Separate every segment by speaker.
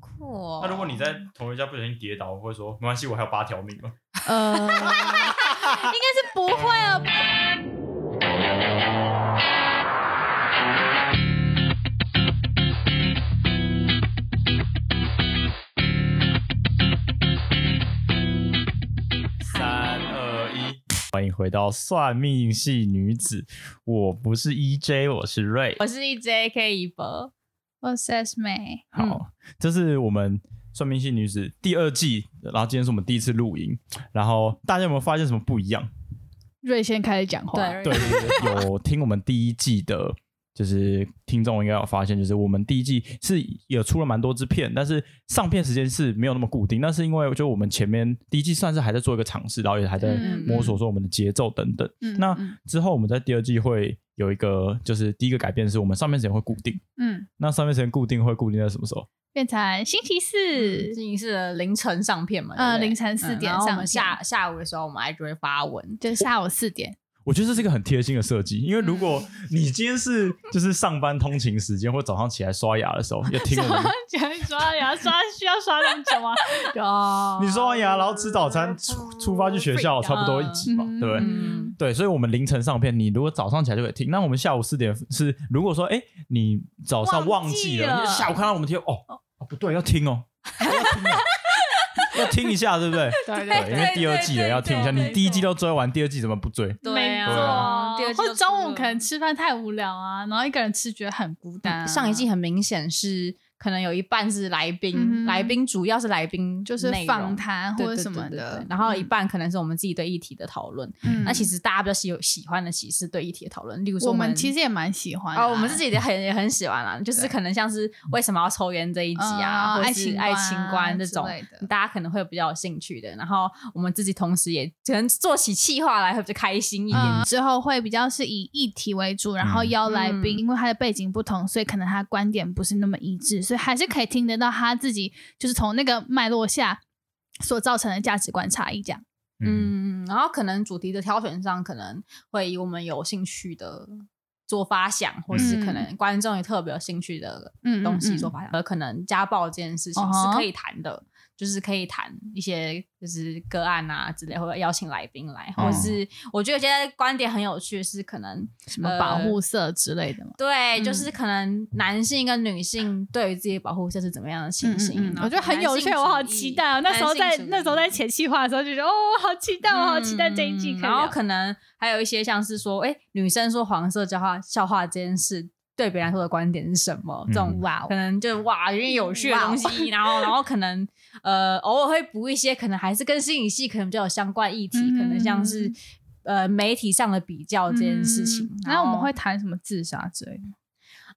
Speaker 1: 酷哦！
Speaker 2: 那如果你在同学家不小心跌倒，我会说没关系，我还有八条命嘛。
Speaker 3: 呃，
Speaker 1: 应该是不会啊了吧？
Speaker 2: 三二一，欢迎回到算命系女子，我不是 EJ，我是瑞。
Speaker 1: 我是一 J K 一博，我是 S 美。
Speaker 2: 好，这是我们算命系女子第二季，然后今天是我们第一次录音，然后大家有没有发现什么不一样？
Speaker 3: 瑞先开始讲话，
Speaker 1: 对
Speaker 2: 对，有听我们第一季的，就是听众应该有发现，就是我们第一季是有出了蛮多支片，但是上片时间是没有那么固定。那是因为就我们前面第一季算是还在做一个尝试，然后也还在
Speaker 3: 嗯
Speaker 2: 摸索说我们的节奏等等。
Speaker 3: 嗯
Speaker 2: 那
Speaker 3: 嗯
Speaker 2: 之后我们在第二季会有一个，就是第一个改变是我们上片时间会固定。
Speaker 3: 嗯，
Speaker 2: 那上片时间固定会固定在什么时候？
Speaker 1: 变成星期四，
Speaker 4: 已经是凌晨上片嘛，
Speaker 1: 嗯
Speaker 4: 对
Speaker 3: 呃
Speaker 4: 不对
Speaker 1: 凌晨四
Speaker 4: 嗯
Speaker 1: 点
Speaker 4: 然后我
Speaker 1: 上
Speaker 4: 们
Speaker 1: 片
Speaker 4: 下下午的时候，我们还就会发 文，
Speaker 1: 就是下午四点。
Speaker 2: 我觉得这是一个很贴心的设计，因为如果
Speaker 3: 嗯
Speaker 2: 你今天是就是上班通勤时间或早上起来刷牙的时候，要听我们
Speaker 3: 讲刷牙刷需要刷那么久 吗？
Speaker 4: 啊
Speaker 3: 有，
Speaker 2: 你刷完牙，然后吃早餐，出出发去学 校，差不多一集吧，
Speaker 3: 嗯
Speaker 2: 对不对？
Speaker 4: 嗯
Speaker 2: 对，所以我们凌晨上片，你如果早上起来就可以听。那我们下午四点是，如果说哎，你早上忘记了，
Speaker 1: 忘记了
Speaker 2: 你下午看到我们听，哦，哦不对，要听哦，要听哦，要听一下，对不对？
Speaker 3: 对对
Speaker 2: 对，因为第二季了，要听一下。你第一季都追完，第二季怎么不追？
Speaker 4: 对
Speaker 2: 没
Speaker 4: 啊，
Speaker 3: 错
Speaker 4: 第二季
Speaker 3: 或
Speaker 4: 就
Speaker 3: 者中
Speaker 4: 出
Speaker 3: 午
Speaker 4: 了
Speaker 3: 可能吃饭太无聊啊，然后一个人吃觉得很孤单啊、
Speaker 4: 嗯上一季很明显是可能有一半是来宾，
Speaker 3: 嗯
Speaker 4: 来宾主要是来宾内容，
Speaker 3: 就是访谈
Speaker 4: 对
Speaker 3: 或者
Speaker 4: 对
Speaker 3: 什么
Speaker 4: 对对对
Speaker 3: 的
Speaker 4: 对，然后一半可能是我们自己对议题的讨论。
Speaker 3: 嗯
Speaker 4: 那其实大家比较喜喜欢的其实是对议题的讨论，例如说
Speaker 3: 我们其
Speaker 4: 实。
Speaker 3: 实也蛮喜欢的啊、
Speaker 4: 哦，我们自己也很也很喜欢啦，就是可能像是为什么要抽烟这一集啊，
Speaker 3: 嗯
Speaker 4: 或
Speaker 3: 爱
Speaker 4: 是
Speaker 3: 情
Speaker 4: 嗯爱
Speaker 3: 观啊
Speaker 4: 情观这种
Speaker 3: 之类的，
Speaker 4: 大家可能会比较有兴趣的。然后我们自己同时也可能做起企划来会比较开心一点。
Speaker 3: 嗯，之后会比较是以议题为主，然后
Speaker 2: 嗯
Speaker 3: 邀来宾，
Speaker 4: 嗯
Speaker 3: 因为他的背景不同，所以可能他观点不是那么一致，所以还是可以听得到他自己就是从那个脉络下所造成的价值观差异这样。
Speaker 2: 嗯，
Speaker 4: 嗯，然后可能主题的挑选上，可能会以我们有兴趣的做发想，或是可能观众也特别有兴趣的
Speaker 3: 嗯
Speaker 4: 东西做
Speaker 3: 说
Speaker 4: 发想。而呃可能家暴这件事情
Speaker 3: 嗯哼
Speaker 4: 是可以谈的，就是可以谈一些就是个案啊之类，或者邀请来宾来，
Speaker 2: 嗯
Speaker 4: 或是我觉得现在观点很有趣，是可能
Speaker 3: 哦
Speaker 4: 呃
Speaker 3: 什么保护色之类的嘛。
Speaker 4: 对，
Speaker 3: 嗯
Speaker 4: 就是可能男性跟女性对于自己的保护色是怎么样的情形。
Speaker 3: 嗯嗯嗯
Speaker 4: 然后
Speaker 3: 我觉得很有趣，
Speaker 4: 男性主义
Speaker 3: 我好期待哦！那时候在
Speaker 4: 男性主义
Speaker 3: 那时候在前期化的时候就觉得哦，好期待，我好期待这一季
Speaker 4: 嗯
Speaker 3: 可以聊。
Speaker 4: 然后可能还有一些像是说，哎、女生说黄色笑话笑话这件事，对别人来说的观点是什么？
Speaker 2: 嗯
Speaker 4: 这种
Speaker 3: 哇
Speaker 4: 可
Speaker 3: 哦，
Speaker 4: 能就哇，有点有趣的东西。然后，然后可能呃，偶尔会补一些，可能还是跟心理系可能比较有相关议题，
Speaker 3: 嗯
Speaker 4: 可能像是呃媒体上的比较这件事情。
Speaker 3: 嗯
Speaker 4: 然
Speaker 3: 那
Speaker 4: 后
Speaker 3: 我们会谈什么自杀之类的？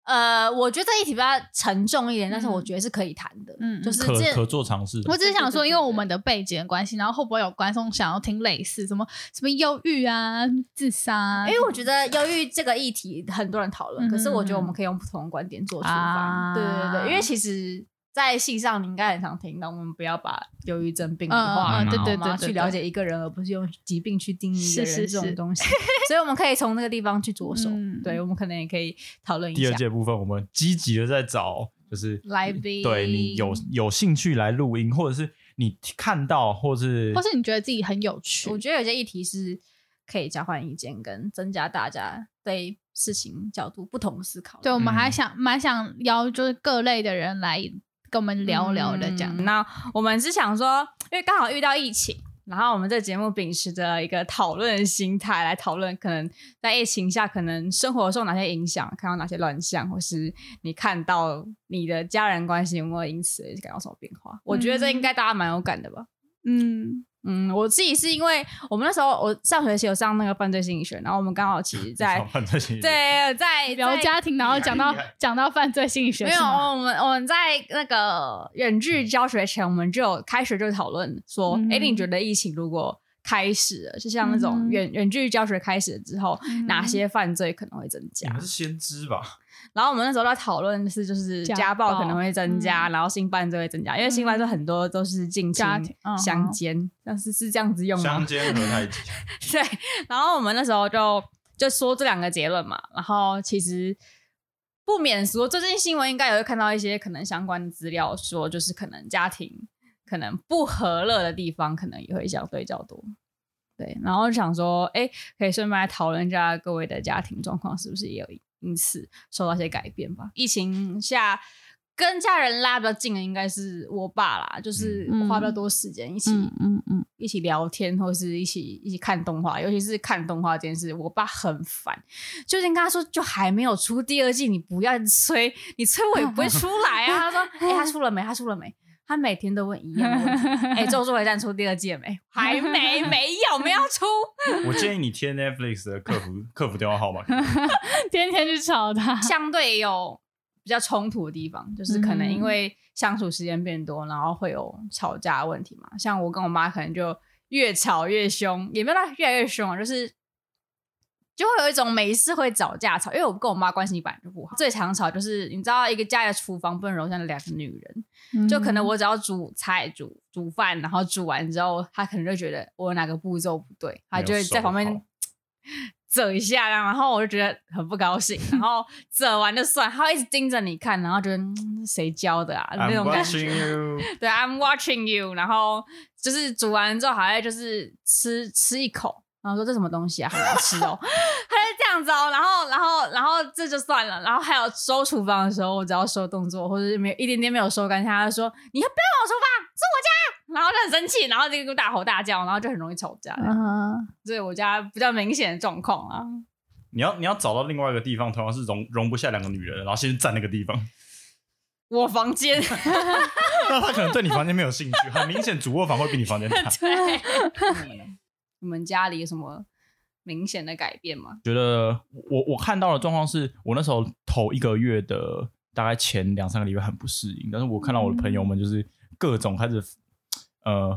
Speaker 4: 呃，我觉得这议题比较沉重一点，但是
Speaker 3: 嗯
Speaker 4: 我觉得是可以谈的。
Speaker 3: 嗯嗯
Speaker 4: 就是
Speaker 2: 可
Speaker 4: 这
Speaker 2: 可做尝试。
Speaker 3: 我只是想说，
Speaker 4: 对对对对
Speaker 3: 因为我们的背景的关系，然后会不会有观众想要听类似什么什么忧郁啊、自杀、啊？
Speaker 4: 因为我觉得忧郁这个议题很多人讨论，
Speaker 3: 嗯
Speaker 4: 可是我觉得我们可以用不同的观点做出发。
Speaker 3: 啊
Speaker 4: 对对对，因为其实，在戏上你应该很常听到，我们不要把忧郁症病理化，
Speaker 2: 嗯嗯嗯对
Speaker 4: 然后
Speaker 3: 对
Speaker 4: 我们要
Speaker 3: 对对
Speaker 4: 去了解一个人，而不是用疾病去定义一个
Speaker 3: 是是
Speaker 4: 人这
Speaker 3: 是
Speaker 4: 种 东西。所以我们可以从那个地方去着手
Speaker 3: 嗯。
Speaker 4: 对，我们可能也可以讨论一
Speaker 2: 第二
Speaker 4: 下。
Speaker 2: 届部分，我们积极的在找，就是
Speaker 4: 来宾
Speaker 2: 对你有有兴趣来录音，或者是你看到，或是
Speaker 3: 或是你觉得自己很有趣
Speaker 4: 我，觉得有些议题是可以交换意见，跟增加大家对事情角度不同思考的。
Speaker 3: 对我们
Speaker 2: 嗯
Speaker 3: 还想蛮想邀就是各类的人来跟我们聊聊的这样。
Speaker 4: 嗯那我们是想说，因为刚好遇到疫情，然后我们这节目秉持着一个讨论的心态来讨论，可能在疫情下，可能生活受哪些影响，看到哪些乱象，或是你看到你的家人关系有没有因此感到什么变化？我觉得这应该大家蛮有感的吧。
Speaker 3: 嗯，
Speaker 4: 嗯，我自己是因为我们那时候我上学期有上那个犯罪心理学，然后我们刚好其实 在
Speaker 2: 很在心里
Speaker 4: 对在
Speaker 3: 聊
Speaker 4: 在
Speaker 3: 家庭，然后讲到
Speaker 2: 厉害厉害
Speaker 3: 讲到犯罪心理学
Speaker 4: 没
Speaker 3: 是
Speaker 4: 有，哦
Speaker 3: 吗
Speaker 4: 我们我们在那个远距教学前，我们就有开学就讨论说，
Speaker 3: 嗯
Speaker 4: 哎、你觉得疫情如果开始了，就像那
Speaker 3: 嗯
Speaker 4: 种
Speaker 3: 哼
Speaker 4: 远远距教学开始了之后，哪些犯罪可能会增加
Speaker 2: 你？
Speaker 3: 嗯
Speaker 2: 们是先知吧？
Speaker 4: 然后我们那时候在讨论的是，就是
Speaker 3: 家
Speaker 4: 家暴
Speaker 3: 暴嗯
Speaker 4: 可能会增加，然后性犯罪会增加，因为性犯罪很多都是近亲
Speaker 3: 家庭嗯
Speaker 4: 相奸，但是是这样子用吗
Speaker 2: 相？煎何太急。
Speaker 4: 对，然后我们那时候就就说这两个结论嘛，然后其实不免俗。最近新闻应该也会看到一些可能相关的资料，说就是可能家庭可能不和乐的地方，可能也会相对较多。对，然后想说，哎，可以顺便来讨论一下各位的家庭状况，是不是也有因此受到一些改变吧？疫情下。跟家人拉比较近的应该是我爸啦，就是花比较多时间一起、
Speaker 3: 嗯嗯 嗯，
Speaker 4: 一起聊天，或是一起一起看动画，尤其是看动画这件事，我爸很烦。最近跟他说，就还没有出第二季，你不要一直催，你催我也不会出来啊。他说，哎、他出了没？他出了没？他每天都问一样的问题。哎、咒术回战》出第二季了没？ 还没，没有，没有出。
Speaker 2: 我建议你贴 Netflix 的客服客服电话号码。
Speaker 3: 天天去吵 他，
Speaker 4: 相对有比较冲突的地方，就是可能因为相处时间变多，然后会有吵架的问题嘛。像我跟我妈可能就越吵越凶，也没有到越来越凶啊，就是就会有一种每一次会吵架吵，因为我跟我妈关系本来就不好，最常吵就是你知道一个家里的厨房不能容下两个女人，就
Speaker 2: 嗯
Speaker 4: 可能我只要煮菜、煮煮饭，然后煮完之后，他可能就觉得我哪个步骤不对，他就会在旁
Speaker 2: 没有
Speaker 4: 边
Speaker 2: 手
Speaker 4: 啧一下，啊然后我就觉得很不高兴。然后啧完就算，他会一直盯着你看，然后觉得、嗯、谁教 的啊那
Speaker 2: I'm
Speaker 4: 种感觉。
Speaker 2: watching you。
Speaker 4: 对，I'm 啊 watching you。然后就是煮完之后，还会就是吃吃一口，然后说这什么东西啊，好难吃哦， 他就这样子哦。然后，然后，然后这就算了。然后还有收厨房的时候，我只要收动作或者是没有一点点没有收干净，他就说你要不要我厨房，是我家。然后就很生气，然后就跟我大吼大叫，然后就很容易吵架。
Speaker 3: 嗯，
Speaker 4: 这是我家比较明显的状况啊。
Speaker 2: 你要你要找到另外一个地方，同样是容容不下两个女人，然后先去占那个地方。
Speaker 4: 我房间，
Speaker 2: 那他可能对你房间没有兴趣，很明显主卧房会比你房间大。
Speaker 4: 对，你们家里有什么明显的改变吗？
Speaker 2: 觉得我我看到的状况是我那时候头一个月的大概前两三个礼拜很不适应，但是我看到我的朋友们
Speaker 3: 嗯
Speaker 2: 就是各种开始呃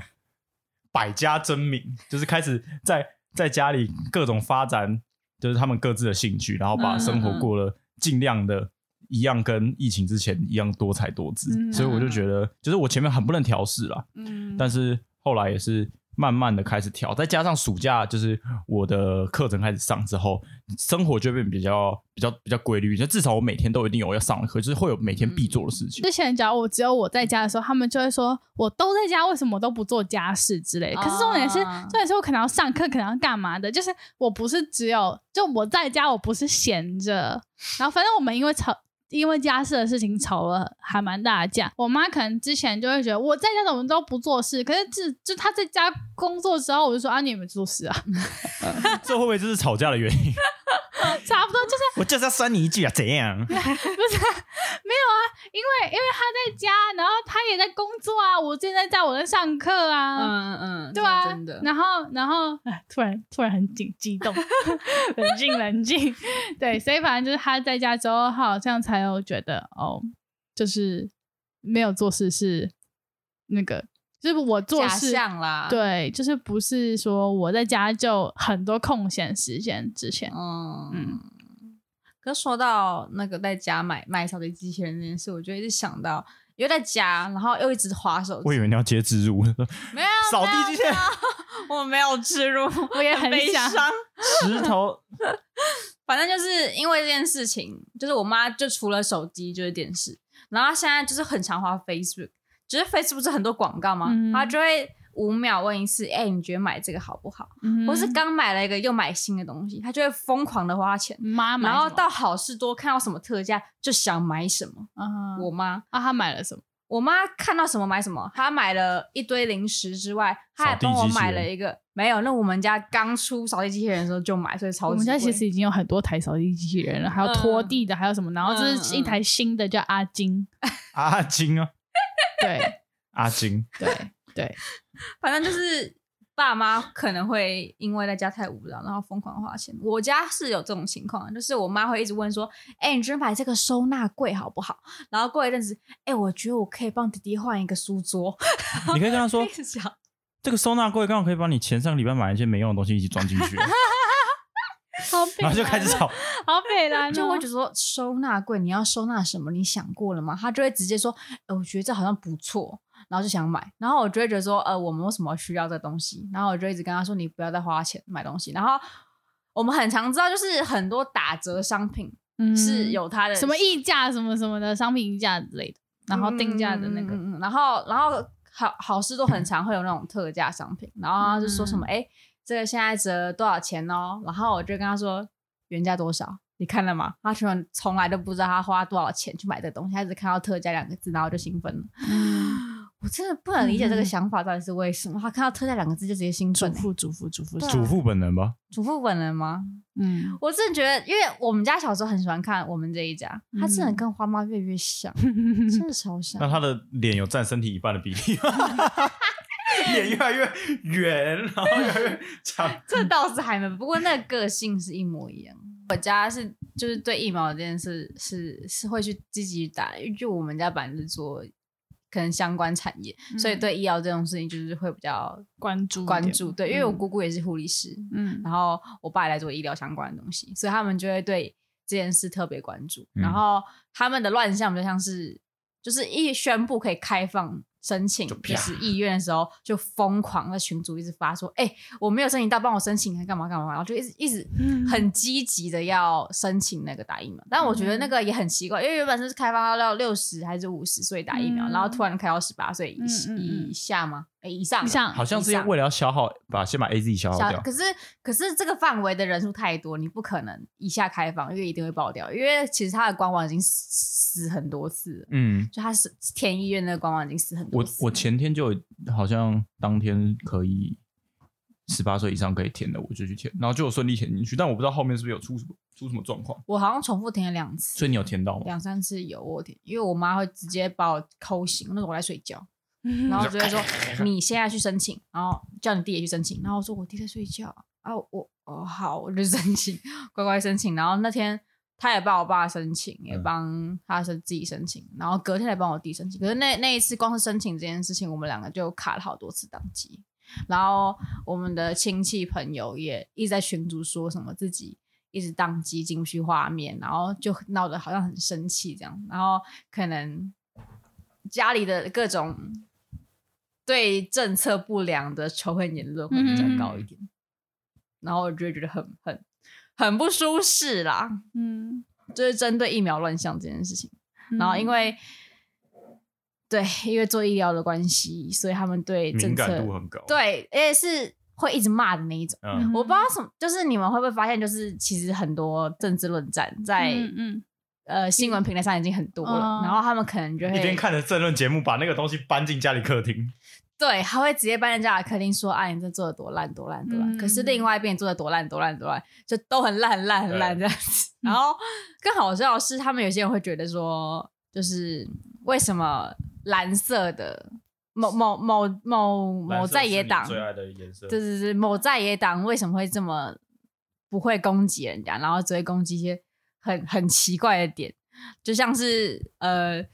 Speaker 2: 百家争鸣，就是开始在在家里各种发展，就是他们各自的兴趣，然后把生
Speaker 3: 嗯
Speaker 2: 活过了尽量的。一样跟疫情之前一样多才多姿，
Speaker 3: 嗯
Speaker 2: 所以我就觉得，就是我前面很不能调试啦，
Speaker 4: 嗯
Speaker 2: 但是后来也是慢慢的开始调，再加上暑假就是我的课程开始上之后，生活就变比较比较比较规律，就至少我每天都一定有要上的课，就是会有每天必做的事情。
Speaker 3: 之前假如我只有我在家的时候，他们就会说我都在家，为什么都不做家事之类的。可是重点是，
Speaker 4: 啊
Speaker 3: 重点是我可能要上课，可能要干嘛的，就是我不是只有就我在家，我不是闲着。然后反正我们因为吵。因为家事的事情吵了还蛮大的架，我妈可能之前就会觉得我在家怎么都不做事，可是自就她在家工作之后，我就说啊你们做事啊，
Speaker 2: 这会不会就是吵架的原因？
Speaker 3: 差不多就是
Speaker 2: 我就是要酸你一句啊，怎 样？
Speaker 3: 因为因为她在家，然后她也在工作啊，我现在在我在上课啊，
Speaker 4: 嗯嗯，
Speaker 3: 对啊，
Speaker 4: 真的。
Speaker 3: 然后，然后，哎 突然突然很激 激动，冷静冷静。对，所以反正就是他在家之后，他好像才有觉得哦，就是没有做事是那个，就是我做
Speaker 4: 假
Speaker 3: 事。
Speaker 4: 象啦，，
Speaker 3: 对，就是不是说我在家就很多空闲时间之前，
Speaker 4: 嗯
Speaker 3: 嗯
Speaker 4: 嗯。可说到那个在家买买扫地机器人这件事，我就一直想到，因为在家，然后又一直划手机，
Speaker 2: 我以为你要接植入，
Speaker 4: 没有
Speaker 2: 扫地机器人，
Speaker 4: 我没有植入，
Speaker 3: 我 也很
Speaker 4: 悲
Speaker 3: 想
Speaker 4: 伤。
Speaker 2: 石头
Speaker 4: 反正就是因为这件事情，就是我妈就除了手机就是电视，然后她现在就是很常滑 Facebook，就是 Facebook 不是很多广告吗？
Speaker 3: 嗯
Speaker 4: 她就会五秒问一次，哎、你觉得买这个好不好？
Speaker 3: 嗯
Speaker 4: 或是刚买了一个又买新的东西，她就会疯狂的花钱。
Speaker 3: 妈买什
Speaker 4: 然
Speaker 3: 么，
Speaker 4: 后到好事多看到什么特价就想买什么。
Speaker 3: 啊
Speaker 4: 我妈，
Speaker 3: 啊，他买了什么？
Speaker 4: 我妈看到什么买什么，她买了一堆零食之外，她还
Speaker 2: 扫地
Speaker 4: 帮我
Speaker 2: 机器
Speaker 4: 买
Speaker 2: 人
Speaker 4: 了一个。没有，那我们家刚出扫地机器人的时候就买，所以超级
Speaker 3: 我们家其
Speaker 4: 贵
Speaker 3: 实已经有很多台扫地机器人了，还有拖
Speaker 4: 嗯
Speaker 3: 地的，还有什么？然后这是一
Speaker 4: 嗯嗯
Speaker 3: 台新的，叫阿金。
Speaker 2: 阿金啊，
Speaker 3: 对，
Speaker 2: 阿 金，
Speaker 3: 对对，
Speaker 4: 反正就是爸妈可能会因为在家太无聊，然后疯狂花钱。我家是有这种情况，就是我妈会一直问说：“哎、你觉得买这个收纳柜好不好？”然后过一阵子，哎、我觉得我可以帮弟弟换一个书桌。
Speaker 2: 你可以跟他说
Speaker 4: 一，直讲
Speaker 2: 这个收纳柜刚好可以把你前上个礼拜买的一些没用的东西一起装进 去，
Speaker 3: 好北哦
Speaker 2: 然后就开始吵。
Speaker 3: 好北蓝哦，
Speaker 4: 就会觉得说收纳柜你要收纳什么？你想过了吗？他就会直接说，呃，我觉得这好像不错，然后就想买，然后我就会觉得说，呃，我们为什么需要这东西？然后我就一直跟他说，你不要再花钱买东西。然后我们很常知道，就是很多打折商品，
Speaker 3: 嗯
Speaker 4: 是有它的
Speaker 3: 什么溢价什么什么的商品溢价之类的，然后定价的那个，
Speaker 4: 嗯嗯嗯嗯然后然后好好事多很常会有那种特价商品，然后他就说什么哎、诶这个现在折多少钱哦，然后我就跟他说原价多少。你看了吗？他从从来都不知道他花多少钱去买这个东西，他只看到特价两个字，然后就兴奋了。
Speaker 3: 嗯
Speaker 2: 嗯
Speaker 4: 我真的不能理解这个想法到底是为什么。他看到特价两个字就直接兴
Speaker 3: 主
Speaker 4: 奋、欸，
Speaker 3: 妇主妇主妇
Speaker 4: 对啊
Speaker 2: 主妇本人吧，
Speaker 4: 主妇本人吗？
Speaker 3: 嗯，
Speaker 4: 我真的觉得，因为我们家小时候很喜欢看我们这一家，他真的跟花妈越来越 像，真的超像
Speaker 2: 那。他的脸有占身体一半的比例， 脸越来越 圆，然后越来越长。
Speaker 4: 这倒是还没，不过那个个性是一模一样。我家是就是对疫苗这件事是是会去积极打，因为就我们家本来是做可能相关产业，所以对医疗这种事情就是会比较
Speaker 3: 关嗯注一
Speaker 4: 关
Speaker 3: 点，
Speaker 4: 注。对，因为我姑姑也是护理师，
Speaker 3: 嗯
Speaker 4: 然后我爸也在做医疗相关的东西，所以他们就会对这件事特别关注。
Speaker 2: 嗯
Speaker 4: 然后他们的乱象比较像是，就是一宣布可以开放申请，就
Speaker 2: 啪
Speaker 4: 是意愿的时候，就疯狂的群主一直发说：“哎、我没有申请到，帮我申请，干嘛干嘛。”然后就一直一直
Speaker 3: 嗯
Speaker 4: 很积极的要申请那个打疫苗。但我觉
Speaker 3: 嗯
Speaker 4: 得那个也很奇怪，因为原本是开放到六十还是五十岁打疫苗，
Speaker 3: 嗯
Speaker 4: 然后突然开到十八岁以、
Speaker 3: 嗯嗯嗯
Speaker 4: 以下吗？哎、以上
Speaker 3: 以上
Speaker 2: 好像是为了要消耗，把先把 A Z 消耗
Speaker 4: 小
Speaker 2: 掉。
Speaker 4: 可是可是这个范围的人数太多，你不可能一下开放，因为一定会爆掉。因为其实他的官网已经死死很多次了，
Speaker 2: 嗯，
Speaker 4: 就他是田医院那个官网已经死很多
Speaker 2: 我
Speaker 4: 次
Speaker 2: 我
Speaker 4: 了。
Speaker 2: 前天就有好像当天可以十八岁以上可以填的，我就去填，然后就有顺利填进去，但我不知道后面是不是有出什么出什么状况。
Speaker 4: 我好像重复填了两次，
Speaker 2: 所以你有填到吗？
Speaker 4: 两三次有我有填，因为我妈会直接把我抠醒，那时候我在睡觉，
Speaker 3: 嗯
Speaker 4: 然后就会说你现在去申请，然后叫你弟也去申请，然后我说我弟在睡觉啊，我哦好，我就申请， 乖乖申请，然后那天他也帮我爸申请，也
Speaker 2: 嗯
Speaker 4: 帮他申自己申请，然后隔天来帮我弟申请，可是那那一次光是申请这件事情，我们两个就卡了好多次档期，然后我们的亲戚朋友也一直在群组说什么自己一直宕机进不去画面，然后就闹得好像很生气这样，然后可能家里的各种对政策不良的仇恨言论会比较
Speaker 2: 嗯
Speaker 4: 高一点，然后我就会觉得很很很不舒适啦，
Speaker 3: 嗯，
Speaker 4: 就是针对疫苗乱象这件事情。然
Speaker 2: 嗯
Speaker 4: 后因
Speaker 3: 为
Speaker 4: 为对，因为做医疗的关系，所以他们对政
Speaker 2: 敏
Speaker 4: 策
Speaker 2: 感度很高。，
Speaker 4: 对，而且是会一直骂的那一种。
Speaker 2: 嗯，
Speaker 4: 我不知道什么，就是你们会不会发现，就是其实很多政治论战在、
Speaker 3: 嗯嗯，
Speaker 4: 呃新闻平台上已经很多了，
Speaker 3: 哦
Speaker 4: 然后他们可能就
Speaker 2: 一边
Speaker 4: 会
Speaker 2: 嗯看着政论节目，把那个东西搬进家里客厅。
Speaker 4: 对，他会直接搬人家的客厅说：“啊，你这做的多烂，多烂，多烂。
Speaker 3: 嗯
Speaker 4: 可是另外一边做的多烂，多烂，多烂，就都很烂，很烂，很烂这
Speaker 2: 对
Speaker 4: 样子。 然后更好笑的是，他们有些人会觉得说，就是为什么蓝色的某某某某某在野党
Speaker 2: 最爱的颜色。
Speaker 4: 对对对，某在野党为什么会这么不会攻击人家，然后只会攻击一些很很奇怪的点，就像是呃，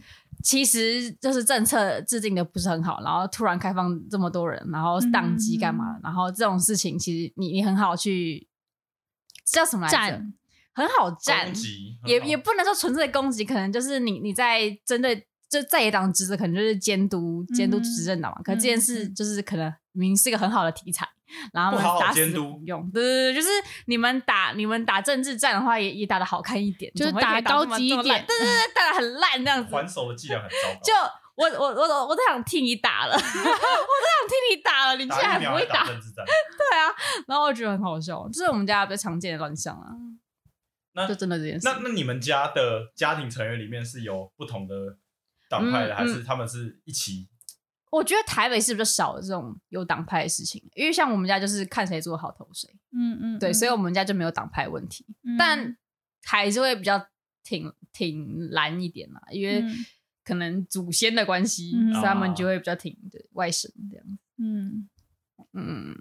Speaker 4: 其实就是政策制定的不是很好，然后突然开放这么多人，然后宕机干嘛？然后这种事情其实你你很好去叫什么来着
Speaker 3: 站？
Speaker 4: 很好站
Speaker 2: 攻，击嗯
Speaker 4: 也也不能说纯粹攻击，可能就是你你在针对就在野党职责，可能就是监督监督
Speaker 3: 嗯
Speaker 4: 执政党嘛。可这件事
Speaker 3: 嗯嗯
Speaker 4: 就是可能明明是一个很好的题材，然后他们
Speaker 2: 不好好
Speaker 4: 打死
Speaker 2: 监
Speaker 4: 都
Speaker 2: 督
Speaker 4: 不用，对对对，就是你们打你们打政治战的话也，也打的好看一点，
Speaker 3: 就是
Speaker 4: 怎么会可以
Speaker 3: 打
Speaker 4: 打这
Speaker 3: 高
Speaker 4: 么
Speaker 3: 级
Speaker 4: 这么
Speaker 3: 一点
Speaker 4: 烂对对对，打的很烂这样子，
Speaker 2: 还手的伎俩很糟糕。
Speaker 4: 就。我我我我我都想替你打了，我都 想替你打了，你竟然还不会打，
Speaker 2: 政治战，
Speaker 4: 对啊，然后我觉得很好笑，这是我们家比较常见的乱象啊，
Speaker 2: 那
Speaker 4: 就真的这件事。
Speaker 2: 那那你们家的家庭成员里面是有不同的党派的，
Speaker 4: 嗯
Speaker 2: 还是他们是一起？
Speaker 4: 我觉得台北是比较少这种有党派的事情，因为像我们家就是看谁做好投谁，
Speaker 3: 嗯嗯，
Speaker 4: 对，所以
Speaker 3: 以
Speaker 4: 我们家就没有党派问题，但还是会比较挺挺蓝一点嘛，因为
Speaker 3: 嗯
Speaker 4: 可能祖先的关系，
Speaker 3: 嗯
Speaker 4: 所以他们就会比较挺对外省这样。
Speaker 3: 嗯
Speaker 4: 嗯，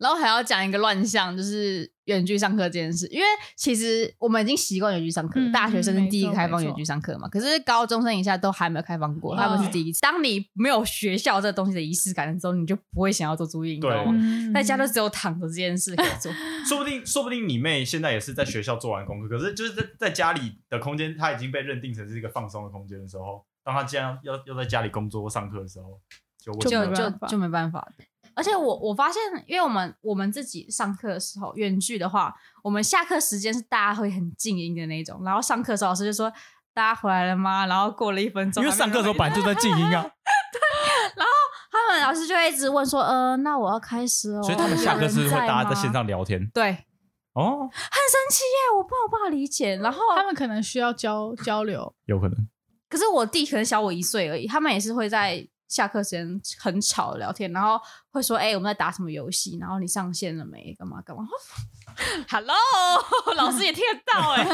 Speaker 4: 然后还要讲一个乱象，就是远距上课这件事，因为其实我们已经习惯远距上课，
Speaker 3: 嗯
Speaker 4: 大学生是第一个
Speaker 3: 没错
Speaker 4: 开放
Speaker 3: 没错
Speaker 4: 远距上课嘛，可是高中生以下都还没有开放过，他们是第一次。当你没有学校这东西的仪式感的时候，你就不会想要做注意，你知道
Speaker 2: 对
Speaker 4: 吗？
Speaker 3: 嗯，
Speaker 4: 在家都只有躺着这件事可以做，
Speaker 2: 说不定，说不定你妹现在也是在学校做完功课，可是就是在在家里的空间，她已经被认定成是一个放松的空间的时候，当她这样要要在家里工作或上课的时候，就
Speaker 4: 就
Speaker 2: 问
Speaker 4: 就
Speaker 3: 办法
Speaker 4: 就没办法。而且我我发现，因为我们我们自己上课的时候，远距的话，我们下课时间是大家会很静音的那种，然后上课的时候老师就说。大家回来了吗？然后过了一分钟，
Speaker 2: 因为上课的时候本来就在静音啊，
Speaker 4: 他们老师就会一直问说：“呃，那我要开始了。”
Speaker 2: 所以他们下课是会大家在线
Speaker 4: 有人吗。
Speaker 2: 上聊天
Speaker 4: 对，很生
Speaker 2: 哦，
Speaker 4: 气耶！我不我无法理解。然后，
Speaker 3: 他们可能需要交交流，
Speaker 2: 有可能
Speaker 4: 可是我弟可能小我一岁而已，他们也是会在下课时间很吵地聊天，然后会说：“哎、我们在打什么游戏？然后你上线了没？干嘛干 嘛？”Hello，老师也听得到哎、超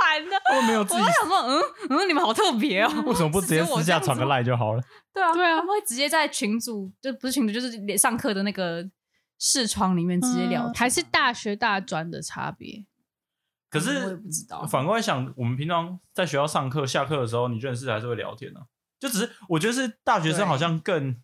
Speaker 4: 烦的。
Speaker 2: 他们没有
Speaker 4: 我
Speaker 2: 自己
Speaker 4: 就，想说，嗯嗯，你们好特别哦，
Speaker 2: 为什么不 直接私下传个
Speaker 4: 来？
Speaker 2: 赖就好了？
Speaker 4: 对啊，
Speaker 3: 对啊
Speaker 4: 他们会直接在群组，就不是群组，就是连上课的那个视窗里面直接聊天，啊
Speaker 3: 嗯还是大学大专的差别。
Speaker 2: 可
Speaker 4: 我也
Speaker 2: 是
Speaker 4: 不知道。
Speaker 2: 反过来想，我们平常在学校上课、下课的时候，你认识还是会聊天啊。就只是我觉得是大学生好像更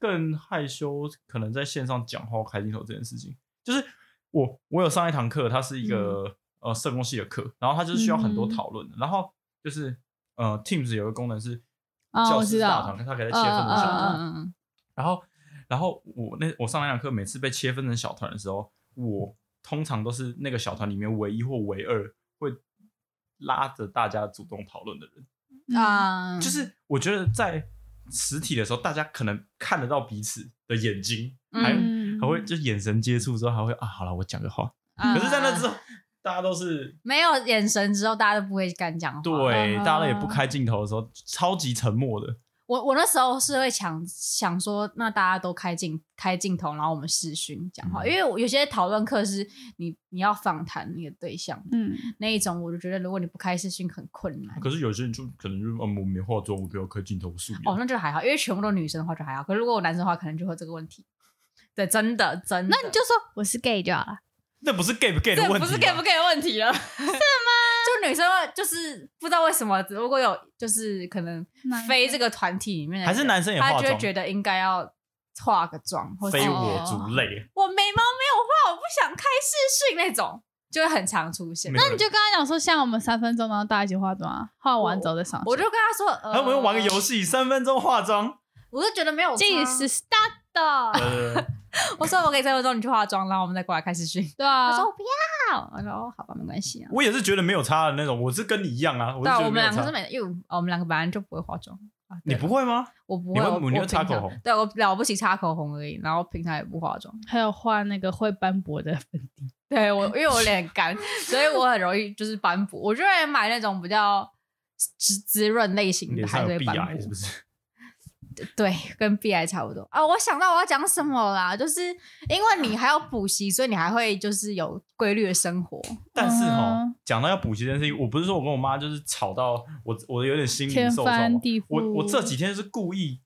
Speaker 2: 更害羞，可能在线上讲话开镜头这件事情。就是我我有上一堂课，它是一
Speaker 3: 嗯
Speaker 2: 个、呃社工系的课，然后它就是需要很多讨论的。然后就是呃 Teams 有个功能是
Speaker 3: 啊
Speaker 2: 教
Speaker 3: 我
Speaker 2: 室
Speaker 3: 知
Speaker 2: 大
Speaker 3: 道
Speaker 2: 堂，它可以再切分成小
Speaker 3: 嗯
Speaker 2: 团。
Speaker 3: 嗯
Speaker 4: 嗯，
Speaker 2: 然后，然后我那我上那堂课，每次被切分成小团的时候，我通常都是那个小团里面唯一或唯二会拉着大家主动讨论的人。
Speaker 4: 嗯啊，
Speaker 2: 就是我觉得在实体的时候，大家可能看得到彼此的眼睛，
Speaker 4: 嗯
Speaker 2: 还
Speaker 3: 嗯
Speaker 2: 还会就眼神接触之后，还会啊，好了，我讲个话。
Speaker 4: 啊
Speaker 2: 可是，在那之后，大家都是
Speaker 4: 没有眼神之后，大家都不会敢讲话。
Speaker 2: 对，
Speaker 3: 啊
Speaker 2: 大家也
Speaker 4: 嗯
Speaker 2: 不开镜头的时候，超级沉默的。
Speaker 4: 我我那时候是会想想说，那大家都开镜开镜头，然后我们视讯讲话，
Speaker 2: 嗯
Speaker 4: 因为我有些讨论课是你你要访谈你的对象
Speaker 3: 嗯，
Speaker 4: 那一种，我就觉得如果你不开视讯很困难。
Speaker 2: 可是有些人就可能就嗯，我没化妆，我不要开镜头素颜。
Speaker 4: 哦，那就还好，因为全部都女生的话就还好，可是如果我男生的话，可能就会有这个问题。对，真的真的，
Speaker 1: 那你就说我是 gay 就好了。
Speaker 2: 那不是 gay 不 gay 的
Speaker 4: 这
Speaker 2: 问题
Speaker 4: 不
Speaker 2: 吧，
Speaker 4: 是 gay 不 gay 的问题了，是吗？ 就女生会就是不知道为什么，如果有就是可能
Speaker 3: 男生
Speaker 4: 非这个团体里面的人，
Speaker 2: 还是男生也化
Speaker 4: 他
Speaker 2: 妆
Speaker 4: 就会觉得应该要化个妆，或者
Speaker 2: 非
Speaker 4: 是哦
Speaker 2: 我族类。
Speaker 4: 我眉毛没有画，我不想开视讯那种，就会很常出现。
Speaker 2: 那
Speaker 3: 那你就跟他讲说，像我们三分钟，然后大家一起化妆啊，化完之后再上线。
Speaker 4: 我就跟他说，呃，
Speaker 2: 还有我们玩个游，戏，三分钟 化妆。
Speaker 4: 我就觉啊得没有差，
Speaker 3: 这是 start，
Speaker 2: 呃，
Speaker 4: 我说我可以三分钟你去化妆，然后我们再过来开视讯。
Speaker 3: 对啊
Speaker 4: 他说我不要，我说哦好吧，没关系啊。
Speaker 2: 我也是觉得没有差的那种，我是跟你一样啊，我
Speaker 4: 对啊，
Speaker 2: 是觉
Speaker 4: 我
Speaker 2: 得没
Speaker 4: 们
Speaker 2: 有
Speaker 4: 两个是
Speaker 2: 差。
Speaker 4: 没，因为哦我我们两个本来就不会化妆啊。
Speaker 2: 你
Speaker 4: 对
Speaker 2: 不会吗？
Speaker 4: 我不
Speaker 2: 你
Speaker 4: 会，
Speaker 2: 会
Speaker 4: 我
Speaker 2: 你会
Speaker 4: 我
Speaker 2: 擦
Speaker 4: 平常
Speaker 2: 口红
Speaker 4: 对我了不起擦口红而已，然后平常也不化妆。
Speaker 3: 还有画那个会斑驳的粉底，
Speaker 4: 对我，因为我脸干， 所以我很容易就是斑驳。我就会买那种比较滋滋润类型的，
Speaker 2: 脸
Speaker 4: 还
Speaker 2: 上
Speaker 4: 是会
Speaker 2: 有 B
Speaker 4: 斑
Speaker 2: 癌是
Speaker 4: 驳
Speaker 2: 不。是？
Speaker 4: 对，跟 B I 差不多啊。我想到我要讲什么啦，就是因为你还要补习，所以你还会就是有规律的生活。
Speaker 2: 但是哦
Speaker 3: 嗯，
Speaker 2: 讲到要补习这件事情，我不是说我跟我妈就是吵到我，我有点心灵
Speaker 3: 天
Speaker 2: 受创
Speaker 3: 翻
Speaker 2: 嘛。
Speaker 3: 地覆。
Speaker 2: 我我这几天是故意，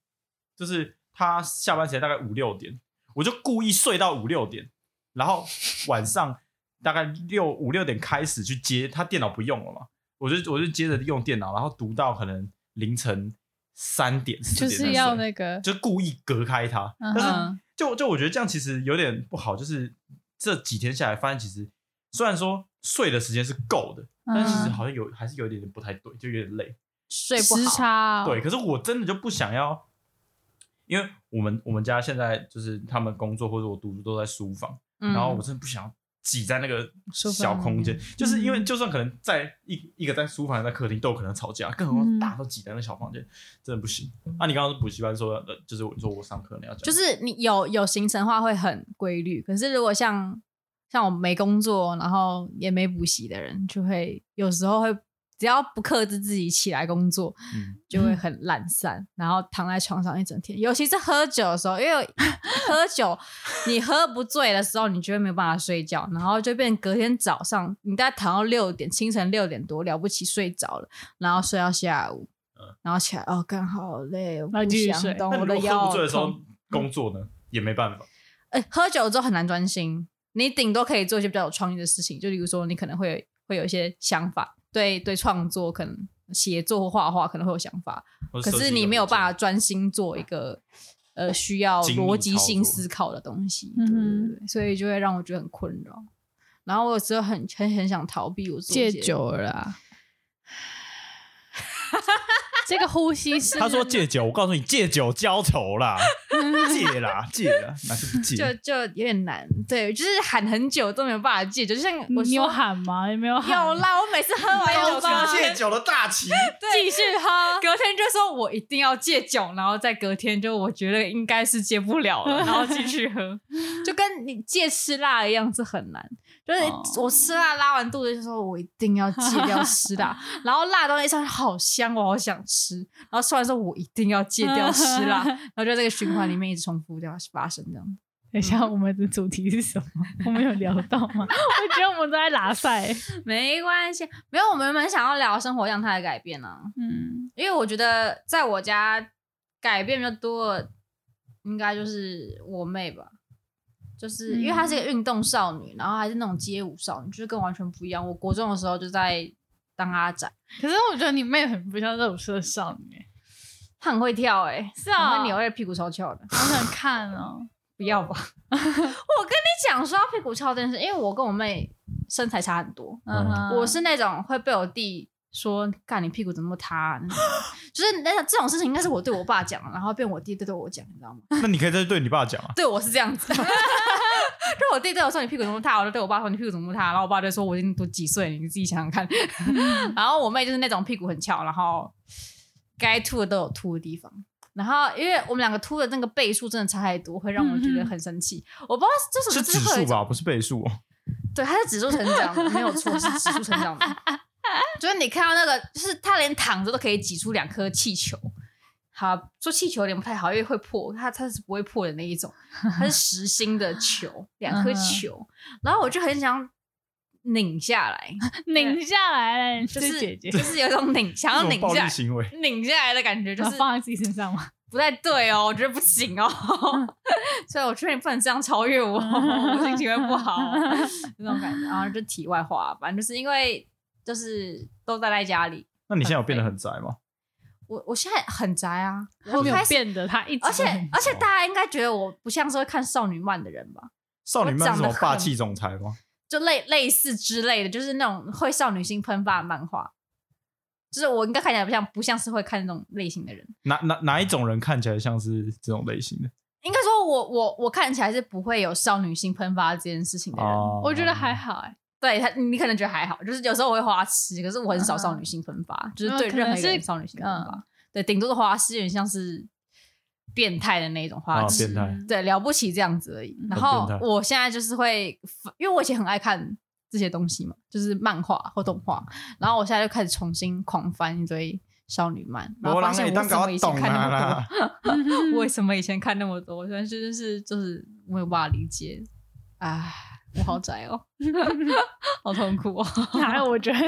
Speaker 2: 就是她下班时间大概五六点，我就故意睡到五六点，然后晚上大概六 五六点开始去接，她电脑不用了嘛，我就我就接着用电脑，然后读到可能凌晨三点四
Speaker 3: 就
Speaker 2: 点才睡，
Speaker 3: 是要那个，
Speaker 2: 就故意隔开它，
Speaker 3: 嗯
Speaker 2: 但是
Speaker 4: 嗯，
Speaker 2: 就就我觉得这样其实有点不好，就是这几天下来发现，其实虽然说睡的时间是够的，但其实
Speaker 3: 嗯，
Speaker 2: 好像有还是有一点点不太对，就有点累。
Speaker 4: 睡不
Speaker 3: 时
Speaker 4: 好。
Speaker 3: 差哦
Speaker 2: 对，可是我真的就不想要，因为我们我们家现在就是他们工作或者我读书都在书房，
Speaker 4: 嗯
Speaker 2: 然后我真的不想要挤在那个
Speaker 4: 书房
Speaker 2: 小空间，就是因为
Speaker 3: 嗯
Speaker 2: 就算可能在一一个在书房，一个在客厅都有可能吵架，更何况
Speaker 3: 嗯
Speaker 2: 大家都挤在那个小房间，真的不行。啊，你刚刚是补习班说，呃，就是我说我上课你要讲，
Speaker 4: 就是你有有行程的话会很规律，可是如果像像我没工作，然后也没补习的人，就会有时候会只要不克制自己起来工作，
Speaker 2: 嗯
Speaker 4: 就会很懒散，然后躺在床上一整天。尤其是喝酒的时候，因 为喝酒你喝不醉的时候，你就会没有办法睡觉，然后就变隔天早上你大概躺到六点，清晨六点多了不起睡着了，然后睡到下午。然后起来哦，刚好累，我
Speaker 3: 然后
Speaker 4: 不
Speaker 3: 继续
Speaker 4: 想
Speaker 3: 睡
Speaker 4: 动，
Speaker 2: 嗯那
Speaker 4: 哦我
Speaker 2: 你
Speaker 4: 的
Speaker 2: 如
Speaker 4: 腰
Speaker 2: 果喝不醉的时
Speaker 4: 好痛
Speaker 2: 候工作呢，也没办法。
Speaker 4: 呃，喝酒之后很难专心，你顶多可以做一些比较有创意的事情，就比如说你可能会有会有一些想法，对对，创作可能写作或画画可能会有想法，
Speaker 2: 或者
Speaker 4: 可
Speaker 2: 设
Speaker 4: 是
Speaker 2: 计
Speaker 4: 你
Speaker 2: 一个
Speaker 4: 没有
Speaker 2: 活动
Speaker 4: 办法专心做一个呃需要
Speaker 2: 精密
Speaker 4: 逻辑性
Speaker 2: 操作
Speaker 4: 思考的东西，对
Speaker 3: 嗯
Speaker 4: 对
Speaker 3: 哼
Speaker 4: 对对，所以就会让我觉得很困扰。然后我有时候很很很想逃避我做一
Speaker 3: 戒
Speaker 4: 些
Speaker 3: 酒了啦。 这个呼吸是
Speaker 2: 他说戒酒，我告诉你戒酒浇愁啦， 戒啦戒啦，哪是不戒？
Speaker 4: 就就有点难，对，就是喊很久都没有办法戒酒，就像我
Speaker 3: 你有
Speaker 4: 说
Speaker 3: 喊吗？有没有喊？
Speaker 4: 有啦，我每次喝完酒
Speaker 3: 有吧
Speaker 4: 隔天
Speaker 2: 酒的大旗，
Speaker 3: 继续喝。
Speaker 4: 隔天就说我一定要戒酒，然后再隔天就我觉得应该是戒不了 了，然后继续喝，就跟你戒吃辣一样，这很难。就是
Speaker 3: 哦
Speaker 4: 我吃辣拉完肚子就说我一定要戒掉吃 辣，然后辣的东西上好香，我好想吃，然后吃完之后我一定要戒掉吃 辣，然后就在这个循环里面一直重复掉发生这样。
Speaker 3: 等一下，我们的主题是什么？我们有聊到吗？ 我觉得我们都在拉塞。
Speaker 4: 没关系，没有，我们蛮想要聊生活样态的改变啊，
Speaker 3: 嗯，
Speaker 4: 因为我觉得在我家改变比较多的，应该就是我妹吧，就是、因为她是一个运动少女，然后还是那种街舞少女，就是跟我完全不一样。我国中的时候就在当阿仔，
Speaker 3: 可是我觉得你妹很不像这种社少女，
Speaker 4: 她很会跳哎、欸，
Speaker 3: 是啊
Speaker 4: 很会扭，而且屁股超翘的。
Speaker 3: 好想看哦。
Speaker 4: 不要吧！我跟你讲，说到屁股翘这件事，因为我跟我妹身材差很多，
Speaker 2: 嗯
Speaker 3: 哼
Speaker 4: 我是那种会被我弟说“干你屁股怎么那么塌、啊”，那种 就是那种这种事情，应该是我对我爸讲，然后变我弟对对我讲，你知道吗？
Speaker 2: 那你可以再对你爸讲啊。
Speaker 4: 对我是这样子，就我弟对我说你屁股怎么塌，我就对我爸说你屁股怎么塌，然后我爸就说我已经都几岁了，你自己想想看。
Speaker 2: 嗯
Speaker 4: 然后我妹就是那种屁股很翘，然后该凸的都有凸的地方。然后，因为我们两个凸的那个倍数真的差太多，会让我觉得很生气。 我不知道这是
Speaker 2: 嗯是
Speaker 4: 不
Speaker 2: 指
Speaker 4: 是会有
Speaker 2: 数
Speaker 4: 一种
Speaker 2: 吧，不是倍数哦。
Speaker 4: 对，它是指数成长的，没有错，是指数成长 的。就是你看到那个，就是它连躺着都可以挤出两颗气球。好，做气球有点不太好，因为会破，它它是不会破的那一种，它是实心的球，两颗
Speaker 3: 嗯哼
Speaker 4: 球。然后我就很想拧下 来，
Speaker 3: 拧下来了，
Speaker 4: 就
Speaker 3: 这
Speaker 4: 是
Speaker 3: 姐姐
Speaker 4: 就，是有一种拧，想要
Speaker 2: 这
Speaker 4: 拧
Speaker 2: 种暴
Speaker 4: 下
Speaker 2: 力
Speaker 4: 来，
Speaker 2: 行为，哦
Speaker 4: 拧下来的感觉，就
Speaker 3: 然
Speaker 4: 是
Speaker 3: 后放在自己身上吗？
Speaker 4: 不太对哦，我觉得不行哦，
Speaker 3: 嗯
Speaker 4: 所以我劝你不能这样超越我，我心情会不好、 那种感觉。然后就题外话，反正就是因为就是都待在家里，
Speaker 2: 那你现在有变得很宅吗？
Speaker 4: 我我现在很宅啊，
Speaker 3: 他
Speaker 4: 我
Speaker 3: 没有
Speaker 4: 开始，
Speaker 3: 变的，他一直
Speaker 4: 而且哦
Speaker 3: 都很
Speaker 4: 而且大家应该觉得我不像是会看少女漫的人吧，
Speaker 2: 少女漫是什
Speaker 4: 我
Speaker 2: 么
Speaker 4: 长得很
Speaker 2: 霸气总裁吗？
Speaker 4: 就类类似之类的，就是那种会少女心喷发的漫画。就是我应该看起来不像不像是会看那种类型的人，
Speaker 2: 哪哪哪一种人看起来像是这种类型的？
Speaker 4: 应该说我我我看起来是不会有少女心喷发这件事情的人。
Speaker 2: 哦，
Speaker 3: 我觉得还好哎，
Speaker 4: 对他，你可能觉得还好，就是有时候我会花痴，可是我很少少女心喷发，就是对
Speaker 3: 嗯嗯可
Speaker 4: 任
Speaker 3: 能
Speaker 4: 何一个人
Speaker 3: 是嗯
Speaker 4: 少女心喷发，对，顶多是花痴，有点像是变态的那种花
Speaker 2: 啊，
Speaker 4: 痴，
Speaker 2: 变态。
Speaker 4: 对，了不起这样子而
Speaker 3: 嗯
Speaker 4: 已。然
Speaker 2: 很
Speaker 4: 后
Speaker 2: 变态
Speaker 4: 我现在就是会，因为我以前很爱看这些东西嘛，就是漫画或动画，然后我现在就开始重新狂翻一堆少女漫，然后发现我为什么以
Speaker 2: 啊
Speaker 4: 前看那么多，
Speaker 3: 嗯
Speaker 4: 为什么以前看那么多，但是就是就是没有办法理解，唉，我好宅哦， 好痛苦哦。
Speaker 3: 哪啊有？我觉得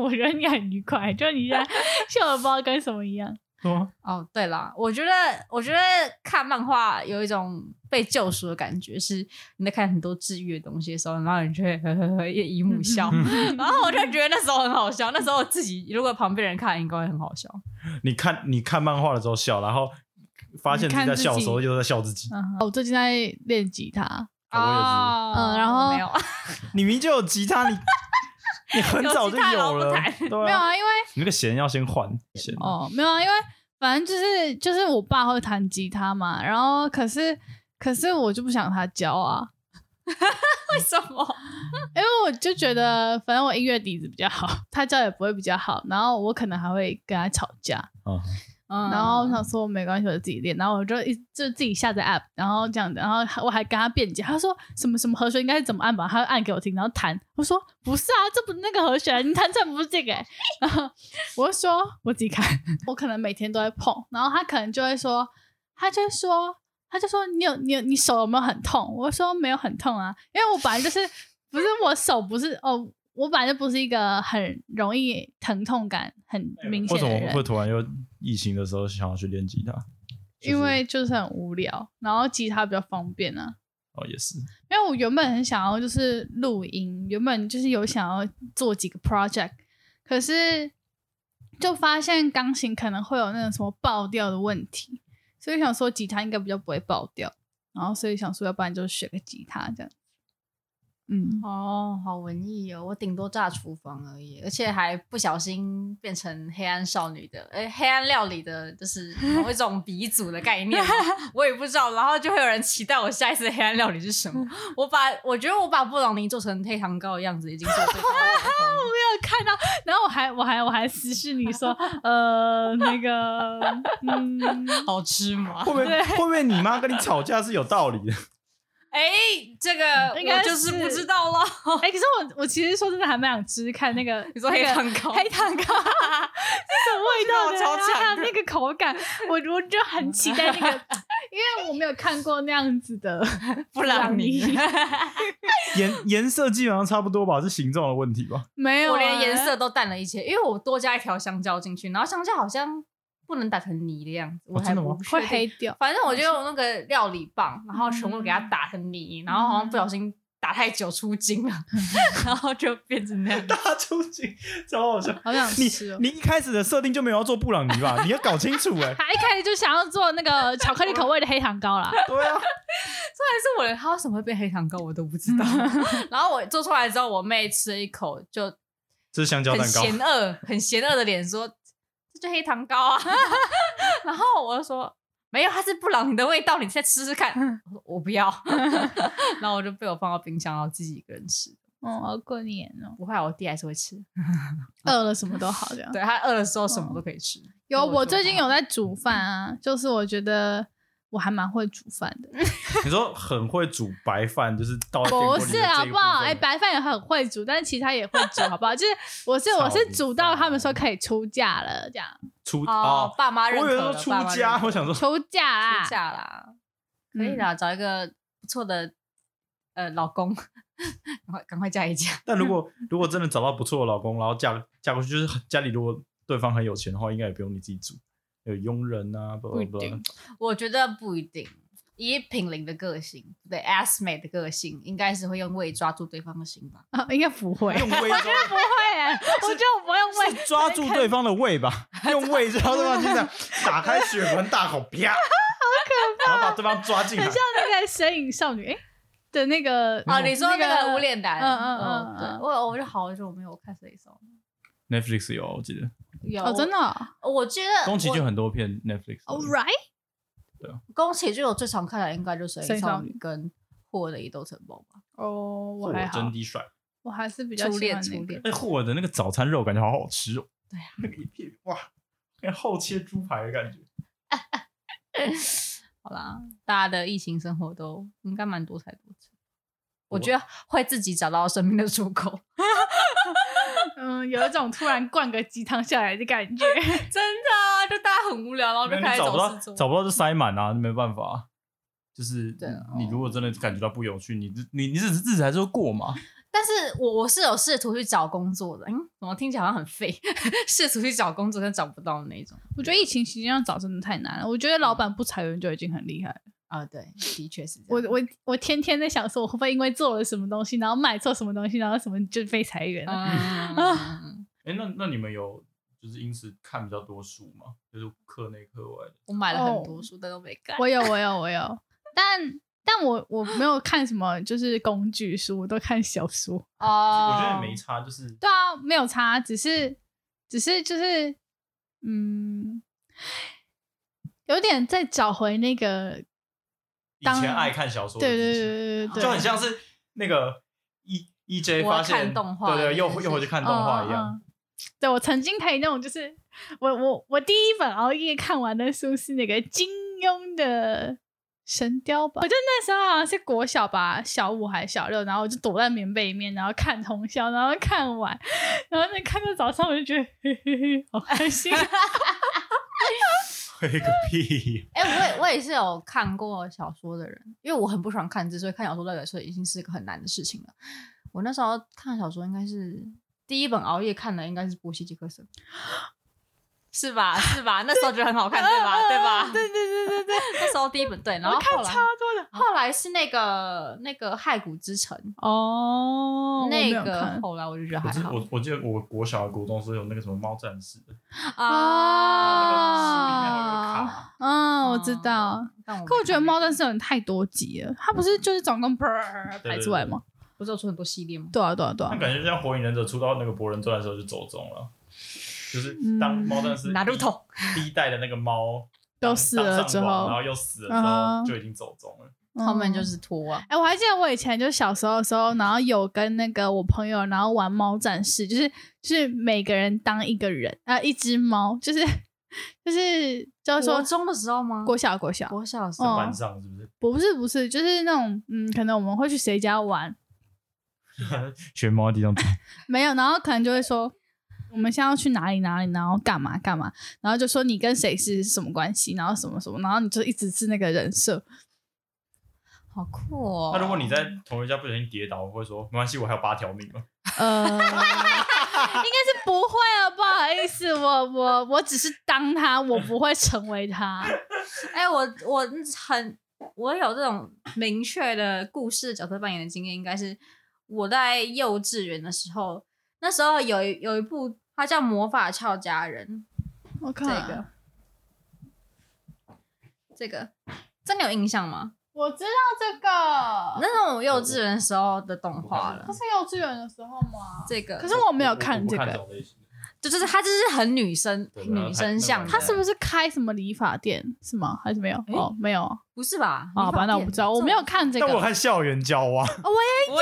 Speaker 3: 我觉得 你很愉快，就你现在笑的不知道跟什么一样。
Speaker 2: 对啊
Speaker 4: 哦，对啦，我觉得我觉得看漫画有一种被救赎的感觉，是你在看很多治愈的东西的时候，然后你就会呵 呵呵一姨
Speaker 3: 嗯
Speaker 4: 母笑， 然后我就觉得那时候很好笑，那时候我自己如果旁边人看应该会很好笑，
Speaker 2: 你看你看漫画的时候笑，然后发现自己在笑的时候又在笑自己。啊
Speaker 3: 我最近在练吉他，
Speaker 2: 我也是，
Speaker 4: 啊
Speaker 3: 嗯然后
Speaker 4: 哦没有，
Speaker 2: 你明明就有吉 他，你你很早就
Speaker 4: 有吉他老
Speaker 2: 了
Speaker 4: 不弹，
Speaker 2: 对
Speaker 3: 没有
Speaker 2: 啊，
Speaker 3: 啊，因为
Speaker 2: 你那个弦要先换弦。
Speaker 3: 哦，没有啊，因为反正就是就是我爸会弹吉他嘛，然后可是可是我就不想他教啊，
Speaker 4: 为什么？
Speaker 3: 因为我就觉得反正我音乐底子比较好，他教也不会比较好，然后我可能还会跟他吵架，
Speaker 2: 嗯，
Speaker 4: 嗯
Speaker 3: 然后我想说没关系，我自己练。然后我就一就自己下载 app，然后这样子，然后我还跟他辩解，他说什么什么和弦应该是怎么按吧，他按给我听，然后弹。我说不是啊，这不是那个和弦，你弹出来不是这个、欸。然后我就说我自己看， 我可能每天都会碰，然后他可能就会说，他就会说，他就说你有你有你手有没有很痛？我说没有很痛啊，因为我本来就是不是我手不是哦。我本来就不是一个很容易疼痛感很明
Speaker 2: 为
Speaker 3: 显
Speaker 2: 什
Speaker 3: 的人，
Speaker 2: 么会突然又疫情的时候想要去练吉他？就是
Speaker 3: 因为就是很无聊，然后吉他比较方便啊。
Speaker 2: 哦也是，
Speaker 3: 因为我原本很想要就是录音，原本就是有想要做几个 project，可是就发现钢琴可能会有那种什么爆掉的问题，所以想说吉他应该比较不会爆掉，然后所以想说要不然就学个吉他这样。
Speaker 1: 嗯，
Speaker 4: 哦，好文艺哦！我顶多炸厨房而已，而且还不小心变成黑暗少女的，哎，黑暗料理的，就是某一种鼻祖的概 念嘛，哦我也不知道。然后就会有人期待我下一次黑暗料理是什 么。我把我觉得我把布朗尼做成黑糖糕的样子，已经做最高的成功了
Speaker 3: 看到，然后我还我还我还私信你说，呃，那个， 嗯，
Speaker 4: 好吃吗
Speaker 2: 会？不会会不会你妈跟你吵架是有道理的？
Speaker 4: 哎，这个
Speaker 3: 嗯应该
Speaker 4: 我就是
Speaker 3: 是
Speaker 4: 不知道了。
Speaker 3: 哎、可是我我其实说真的还蛮想吃看那个，
Speaker 4: 你说黑
Speaker 3: 那个
Speaker 4: 糖糕
Speaker 3: 黑 糖糕是什么味道的
Speaker 4: 这个我
Speaker 3: 呀？
Speaker 4: 超
Speaker 3: 还
Speaker 4: 强
Speaker 3: 有那个口感，我我就很期待那个， 因为我没有看过那样子的
Speaker 4: 布朗尼，
Speaker 2: 颜颜色基本上差不多吧，是形状的问题 吧？
Speaker 3: 没有、啊
Speaker 4: 我连颜。色都淡了一些，因为我多加一条香蕉进去，然后香蕉好像不能打成泥的样子，我还
Speaker 2: 哦真的
Speaker 4: 不
Speaker 2: 吗
Speaker 4: 确
Speaker 3: 会
Speaker 4: 定
Speaker 3: 黑。掉，
Speaker 4: 反正我就用那个料理棒，然后全部给它打成泥，然后好像不小心打太久出筋了， 然后就变成那样。
Speaker 2: 大出镜超好笑。
Speaker 3: 好想
Speaker 2: 你
Speaker 3: 吃哦！
Speaker 2: 你一开始的设定就没有要做布朗尼吧？你要搞清楚哎、
Speaker 3: 他一开始就想要做那个巧克力口味的黑糖糕 啦，
Speaker 2: 对 啊，
Speaker 4: 但是我连它为什么会变黑糖糕我都不知道。 然后我做出来之后，我妹吃了一口就
Speaker 2: 这是香蕉
Speaker 4: 很
Speaker 2: 蛋糕，
Speaker 4: 嫌恶、很嫌恶的脸说：“这就黑糖糕啊。” 然后我就说：“没有，它是布朗尼的味道，你再吃吃看。” 我说：“我不要。”然后我就被我放到冰箱，然后自己一个人吃。
Speaker 1: 嗯，我要过年哦。
Speaker 4: 不会啊，我弟还是会吃。
Speaker 3: 饿了什么都好这样。
Speaker 4: 对他饿的时候什么都可以吃。
Speaker 3: 有，
Speaker 4: 如果
Speaker 3: 我
Speaker 4: 说
Speaker 3: 最近有在煮饭啊，就是我觉得我还蛮会煮饭
Speaker 4: 嗯
Speaker 3: 的。
Speaker 2: 你说很会煮白饭，就是倒在电锅
Speaker 3: 不
Speaker 2: 里的
Speaker 3: 是
Speaker 2: 这一
Speaker 3: 好
Speaker 2: 部
Speaker 3: 不好？
Speaker 2: 分
Speaker 3: 哎、白饭也很会煮，但是其他也会 煮，好不好？就是我是我是煮到他们说可以出嫁了，这样
Speaker 2: 出
Speaker 4: 哦，爸妈
Speaker 2: 我以
Speaker 4: 认可
Speaker 2: 为说
Speaker 4: 了，
Speaker 2: 出
Speaker 4: 爸妈认
Speaker 2: 家，
Speaker 4: 可
Speaker 2: 我
Speaker 4: 了
Speaker 2: 想说
Speaker 3: 出啊嫁啦
Speaker 4: 出，嫁啦，
Speaker 3: 嗯
Speaker 4: 可以啦，找一个不错的呃老公， 赶快赶快嫁一嫁。
Speaker 3: 嗯
Speaker 2: 但如果如果真的找到不错的老公，然后嫁嫁过去，就是家里如果对方很有钱的话，应该也不用你自己煮，有佣人啊，不
Speaker 3: 不一
Speaker 2: 不，
Speaker 3: 定
Speaker 4: 我觉得不一定，以品玲的个性，对 S 美的个性，应该是会用胃抓住对方的心 吧？
Speaker 3: 啊应该不 会，
Speaker 2: 用胃抓
Speaker 3: 不会、欸，我觉得我不会 用胃，
Speaker 2: 是抓住对方的胃吧， 用胃抓对方，就这样打开血盆大口，啪，好可怕，然后把对方抓进来
Speaker 3: 很。像那个《神隐少女》哎 哦的那个
Speaker 4: 啊，你说那个无脸男，
Speaker 3: 嗯嗯嗯
Speaker 4: 对
Speaker 3: 嗯
Speaker 4: 我我就好久没有看《谁手
Speaker 2: Netflix 有，啊我记得
Speaker 4: 有
Speaker 3: 哦，真的、哦、
Speaker 4: 我，我觉得
Speaker 2: 宫崎
Speaker 4: 我
Speaker 2: 骏很多片 Netflix 都有。
Speaker 3: ，All Oh, right，
Speaker 4: 宫崎骏我最常看的应该就是《
Speaker 3: 神
Speaker 4: 谁
Speaker 3: 隐少
Speaker 4: 少女
Speaker 3: 女》
Speaker 4: 跟《霍的移动城堡》吧，
Speaker 3: 哦，我
Speaker 2: 霍
Speaker 3: 还
Speaker 2: 尔
Speaker 3: 好
Speaker 2: 真，的帅，
Speaker 3: 我还是比较
Speaker 4: 初
Speaker 3: 喜
Speaker 4: 恋
Speaker 3: 欢那
Speaker 4: 初
Speaker 3: 个
Speaker 4: 恋。
Speaker 2: 哎，霍尔的那个早餐肉感觉好好吃哦。
Speaker 4: 对
Speaker 2: 啊，那个一片哇，跟厚切猪排的感觉。
Speaker 4: 好啦，大家的疫情生活都应该蛮多彩多姿。我
Speaker 2: 我
Speaker 4: 觉得会自己找到生命的出口，
Speaker 3: 嗯，有一种突然灌个鸡汤下来的感觉。
Speaker 4: 真的啊！就大家很无聊，然后
Speaker 2: 那
Speaker 4: 就
Speaker 2: 你
Speaker 4: 开始
Speaker 2: 找不
Speaker 4: 找
Speaker 2: 到
Speaker 4: 事做。
Speaker 2: 找不到就塞满啊，没办法啊。就是
Speaker 4: 对啊
Speaker 2: 你如果真的感觉到不有趣，你你你日子日子还是会过嘛。
Speaker 4: 但是我我是有试图去找工作的，嗯，怎么听起来好像很废？ 试图去找工作但找不到的那种。
Speaker 3: 我觉得疫情期间要找真的太难了。我觉得老板不裁员就已经很厉害了。
Speaker 4: 啊，对，的确是这
Speaker 3: 我
Speaker 4: 样。
Speaker 3: 我我天天在想说，我会不会因为做了什么东西，然后买错什么东西，然后什么就被裁员了？
Speaker 4: 嗯，
Speaker 2: 哎、那那你们有就是因此看比较多书吗？就是课内课外的。
Speaker 4: 我买了很多书，但都没看。
Speaker 3: 我有，我有，我有，但但我我没有看什么就是工具书，我都看小说。
Speaker 4: 哦
Speaker 2: 我觉得也没差，就是
Speaker 3: 对啊，没有差，只是只是就是嗯，有点在找回那个
Speaker 2: 以
Speaker 3: 当
Speaker 2: 前
Speaker 3: 然
Speaker 2: 爱看小说的
Speaker 3: 对对
Speaker 2: 自己，
Speaker 3: 对对对对，
Speaker 2: 就很像是那个 E E J
Speaker 4: 我要
Speaker 2: 发现
Speaker 4: 看动画
Speaker 2: 对对，又
Speaker 4: 是不是
Speaker 2: 又回去看动画一样。
Speaker 3: 嗯嗯嗯对我曾经可以那种，就是我我我第一本熬夜看完的书是那个金庸的《神雕》吧，我就那时候好像是国小吧，小五还小六，然后我就躲在棉被里面，然后看通宵，然后看完，然后那看到早上我就觉得嘿嘿嘿，好开心。
Speaker 4: 嗯
Speaker 2: 会 个屁！
Speaker 4: 哎、我也我也是有看过小说的人，因为我很不喜欢看字，所以看小说对我来说已经是个很难的事情了。我那时候看小说应该是第一本熬夜看的，应该是《波西·杰克森》，是吧？是吧？那时候觉得很 好看，对吧？对吧？
Speaker 3: 啊 对对对对对，
Speaker 4: 那时候第一本对，然后
Speaker 3: 我看
Speaker 4: 后
Speaker 3: 超
Speaker 4: 来
Speaker 3: 多的
Speaker 4: 后来是那个那个《骸骨之城》
Speaker 3: 哦，
Speaker 4: 那
Speaker 3: 我没有
Speaker 4: 个
Speaker 3: 看
Speaker 4: 后来我就觉得
Speaker 2: 我
Speaker 4: 还
Speaker 2: 记
Speaker 4: 好
Speaker 2: 我我记得我国小的国中是有那个什么猫战士的，
Speaker 3: 啊
Speaker 4: 啊
Speaker 2: 然后那个书里面还有一个卡
Speaker 3: 嗯，我知道。
Speaker 4: 但我没
Speaker 3: 啊可我觉得
Speaker 4: 看那
Speaker 3: 猫
Speaker 4: 个
Speaker 3: 战士有点太多集了，它不是就是总共啵儿
Speaker 2: 对
Speaker 3: 排出来吗？
Speaker 4: 不是有出很多系列吗？
Speaker 3: 对啊，对啊，对啊
Speaker 2: 那，感觉就像火影忍者出到那个博人传的时候就走中了，就是
Speaker 3: 嗯
Speaker 2: 当猫战士
Speaker 4: 拿路头，
Speaker 2: 第一代的那个猫
Speaker 3: 都死了
Speaker 2: 当上
Speaker 3: 之
Speaker 2: 网
Speaker 3: 后
Speaker 2: 然后又死了之
Speaker 3: 啊
Speaker 2: 后就已经走中了。
Speaker 3: 嗯
Speaker 4: 后面就是拖啊，
Speaker 3: 哎、我还记得我以前就小时候的时候，然后有跟那个我朋友，然后玩猫战士，就是就是每个人当一个人，呃，一只猫，就是 就是就是说
Speaker 4: 国中的时候吗
Speaker 3: 国小国小，
Speaker 4: 我小时
Speaker 3: 哦
Speaker 4: 候
Speaker 2: 晚上是不是
Speaker 3: 不是不是，就是那种嗯，可能我们会去谁家玩，
Speaker 2: 学猫地上走？
Speaker 3: 没有，然后可能就会说我们现在要去哪里哪里，然后干嘛干嘛，然后就说你跟谁是什么关系，然后什么什么，然后你就一直是那个人设，
Speaker 4: 好酷哦。
Speaker 2: 那如果你在同学家不小心跌倒，我会说没关系，我还有八条命嘛。
Speaker 3: 呃，应该是不会啊，不好意思，我我我只是当他，我不会成为他。
Speaker 4: 哎、我我很我有这种明确的故事角色扮演的经验，应该是我在幼稚园的时候，那时候有一有一部它叫《魔法俏佳人
Speaker 3: 我》，
Speaker 4: 这个
Speaker 3: 嗯
Speaker 4: 这个真的有印象吗？
Speaker 3: 我知道这个，
Speaker 4: 那是我幼稚园的时候的动画了
Speaker 2: 那。
Speaker 3: 是幼稚园的时候吗？
Speaker 4: 这个
Speaker 3: 可是我没有看这
Speaker 2: 我不
Speaker 3: 个，
Speaker 2: 种类型的
Speaker 4: 就就是它，就是很女生
Speaker 2: 对然后
Speaker 4: 女生像的，
Speaker 3: 他是不是开什么理发店是吗？还是没有？
Speaker 4: 诶
Speaker 3: 哦，没有啊，
Speaker 4: 不是吧？
Speaker 3: 好吧，那我不知道，我没有看这个。
Speaker 2: 但我有看校园交啊，
Speaker 4: 我也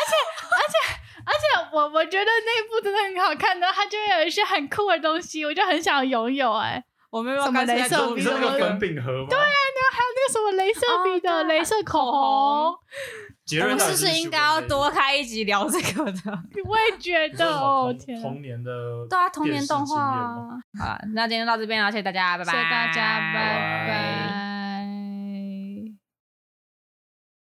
Speaker 3: 而且我我觉得那部真的很好看的，它就有一些很酷的东西，我就很想拥有、哎，
Speaker 4: 我没有
Speaker 3: 什么雷射
Speaker 2: 你
Speaker 3: 笔
Speaker 2: 知道
Speaker 3: 的
Speaker 2: 那个
Speaker 3: 吗
Speaker 2: 粉饼盒吗？对啊，
Speaker 3: 还有那个什么镭射笔的
Speaker 4: 哦对
Speaker 3: 镭射口
Speaker 4: 口
Speaker 3: 红
Speaker 4: 红，
Speaker 2: 杰
Speaker 4: 我
Speaker 2: 瑞
Speaker 4: 们
Speaker 2: 到
Speaker 4: 是
Speaker 2: 底
Speaker 4: 不
Speaker 2: 是
Speaker 4: 是应该要多开一集聊这个的？
Speaker 3: 我也觉
Speaker 2: 你说
Speaker 3: 得，
Speaker 2: 什么
Speaker 3: 哦
Speaker 2: 童
Speaker 3: 天啊，
Speaker 2: 童年的
Speaker 4: 对啊，童年动画
Speaker 2: 电视经验吗
Speaker 4: 啊。好啦，那今天就到这边啦，谢谢大家，拜拜，
Speaker 3: 谢谢大家，
Speaker 2: 拜拜
Speaker 3: 拜拜。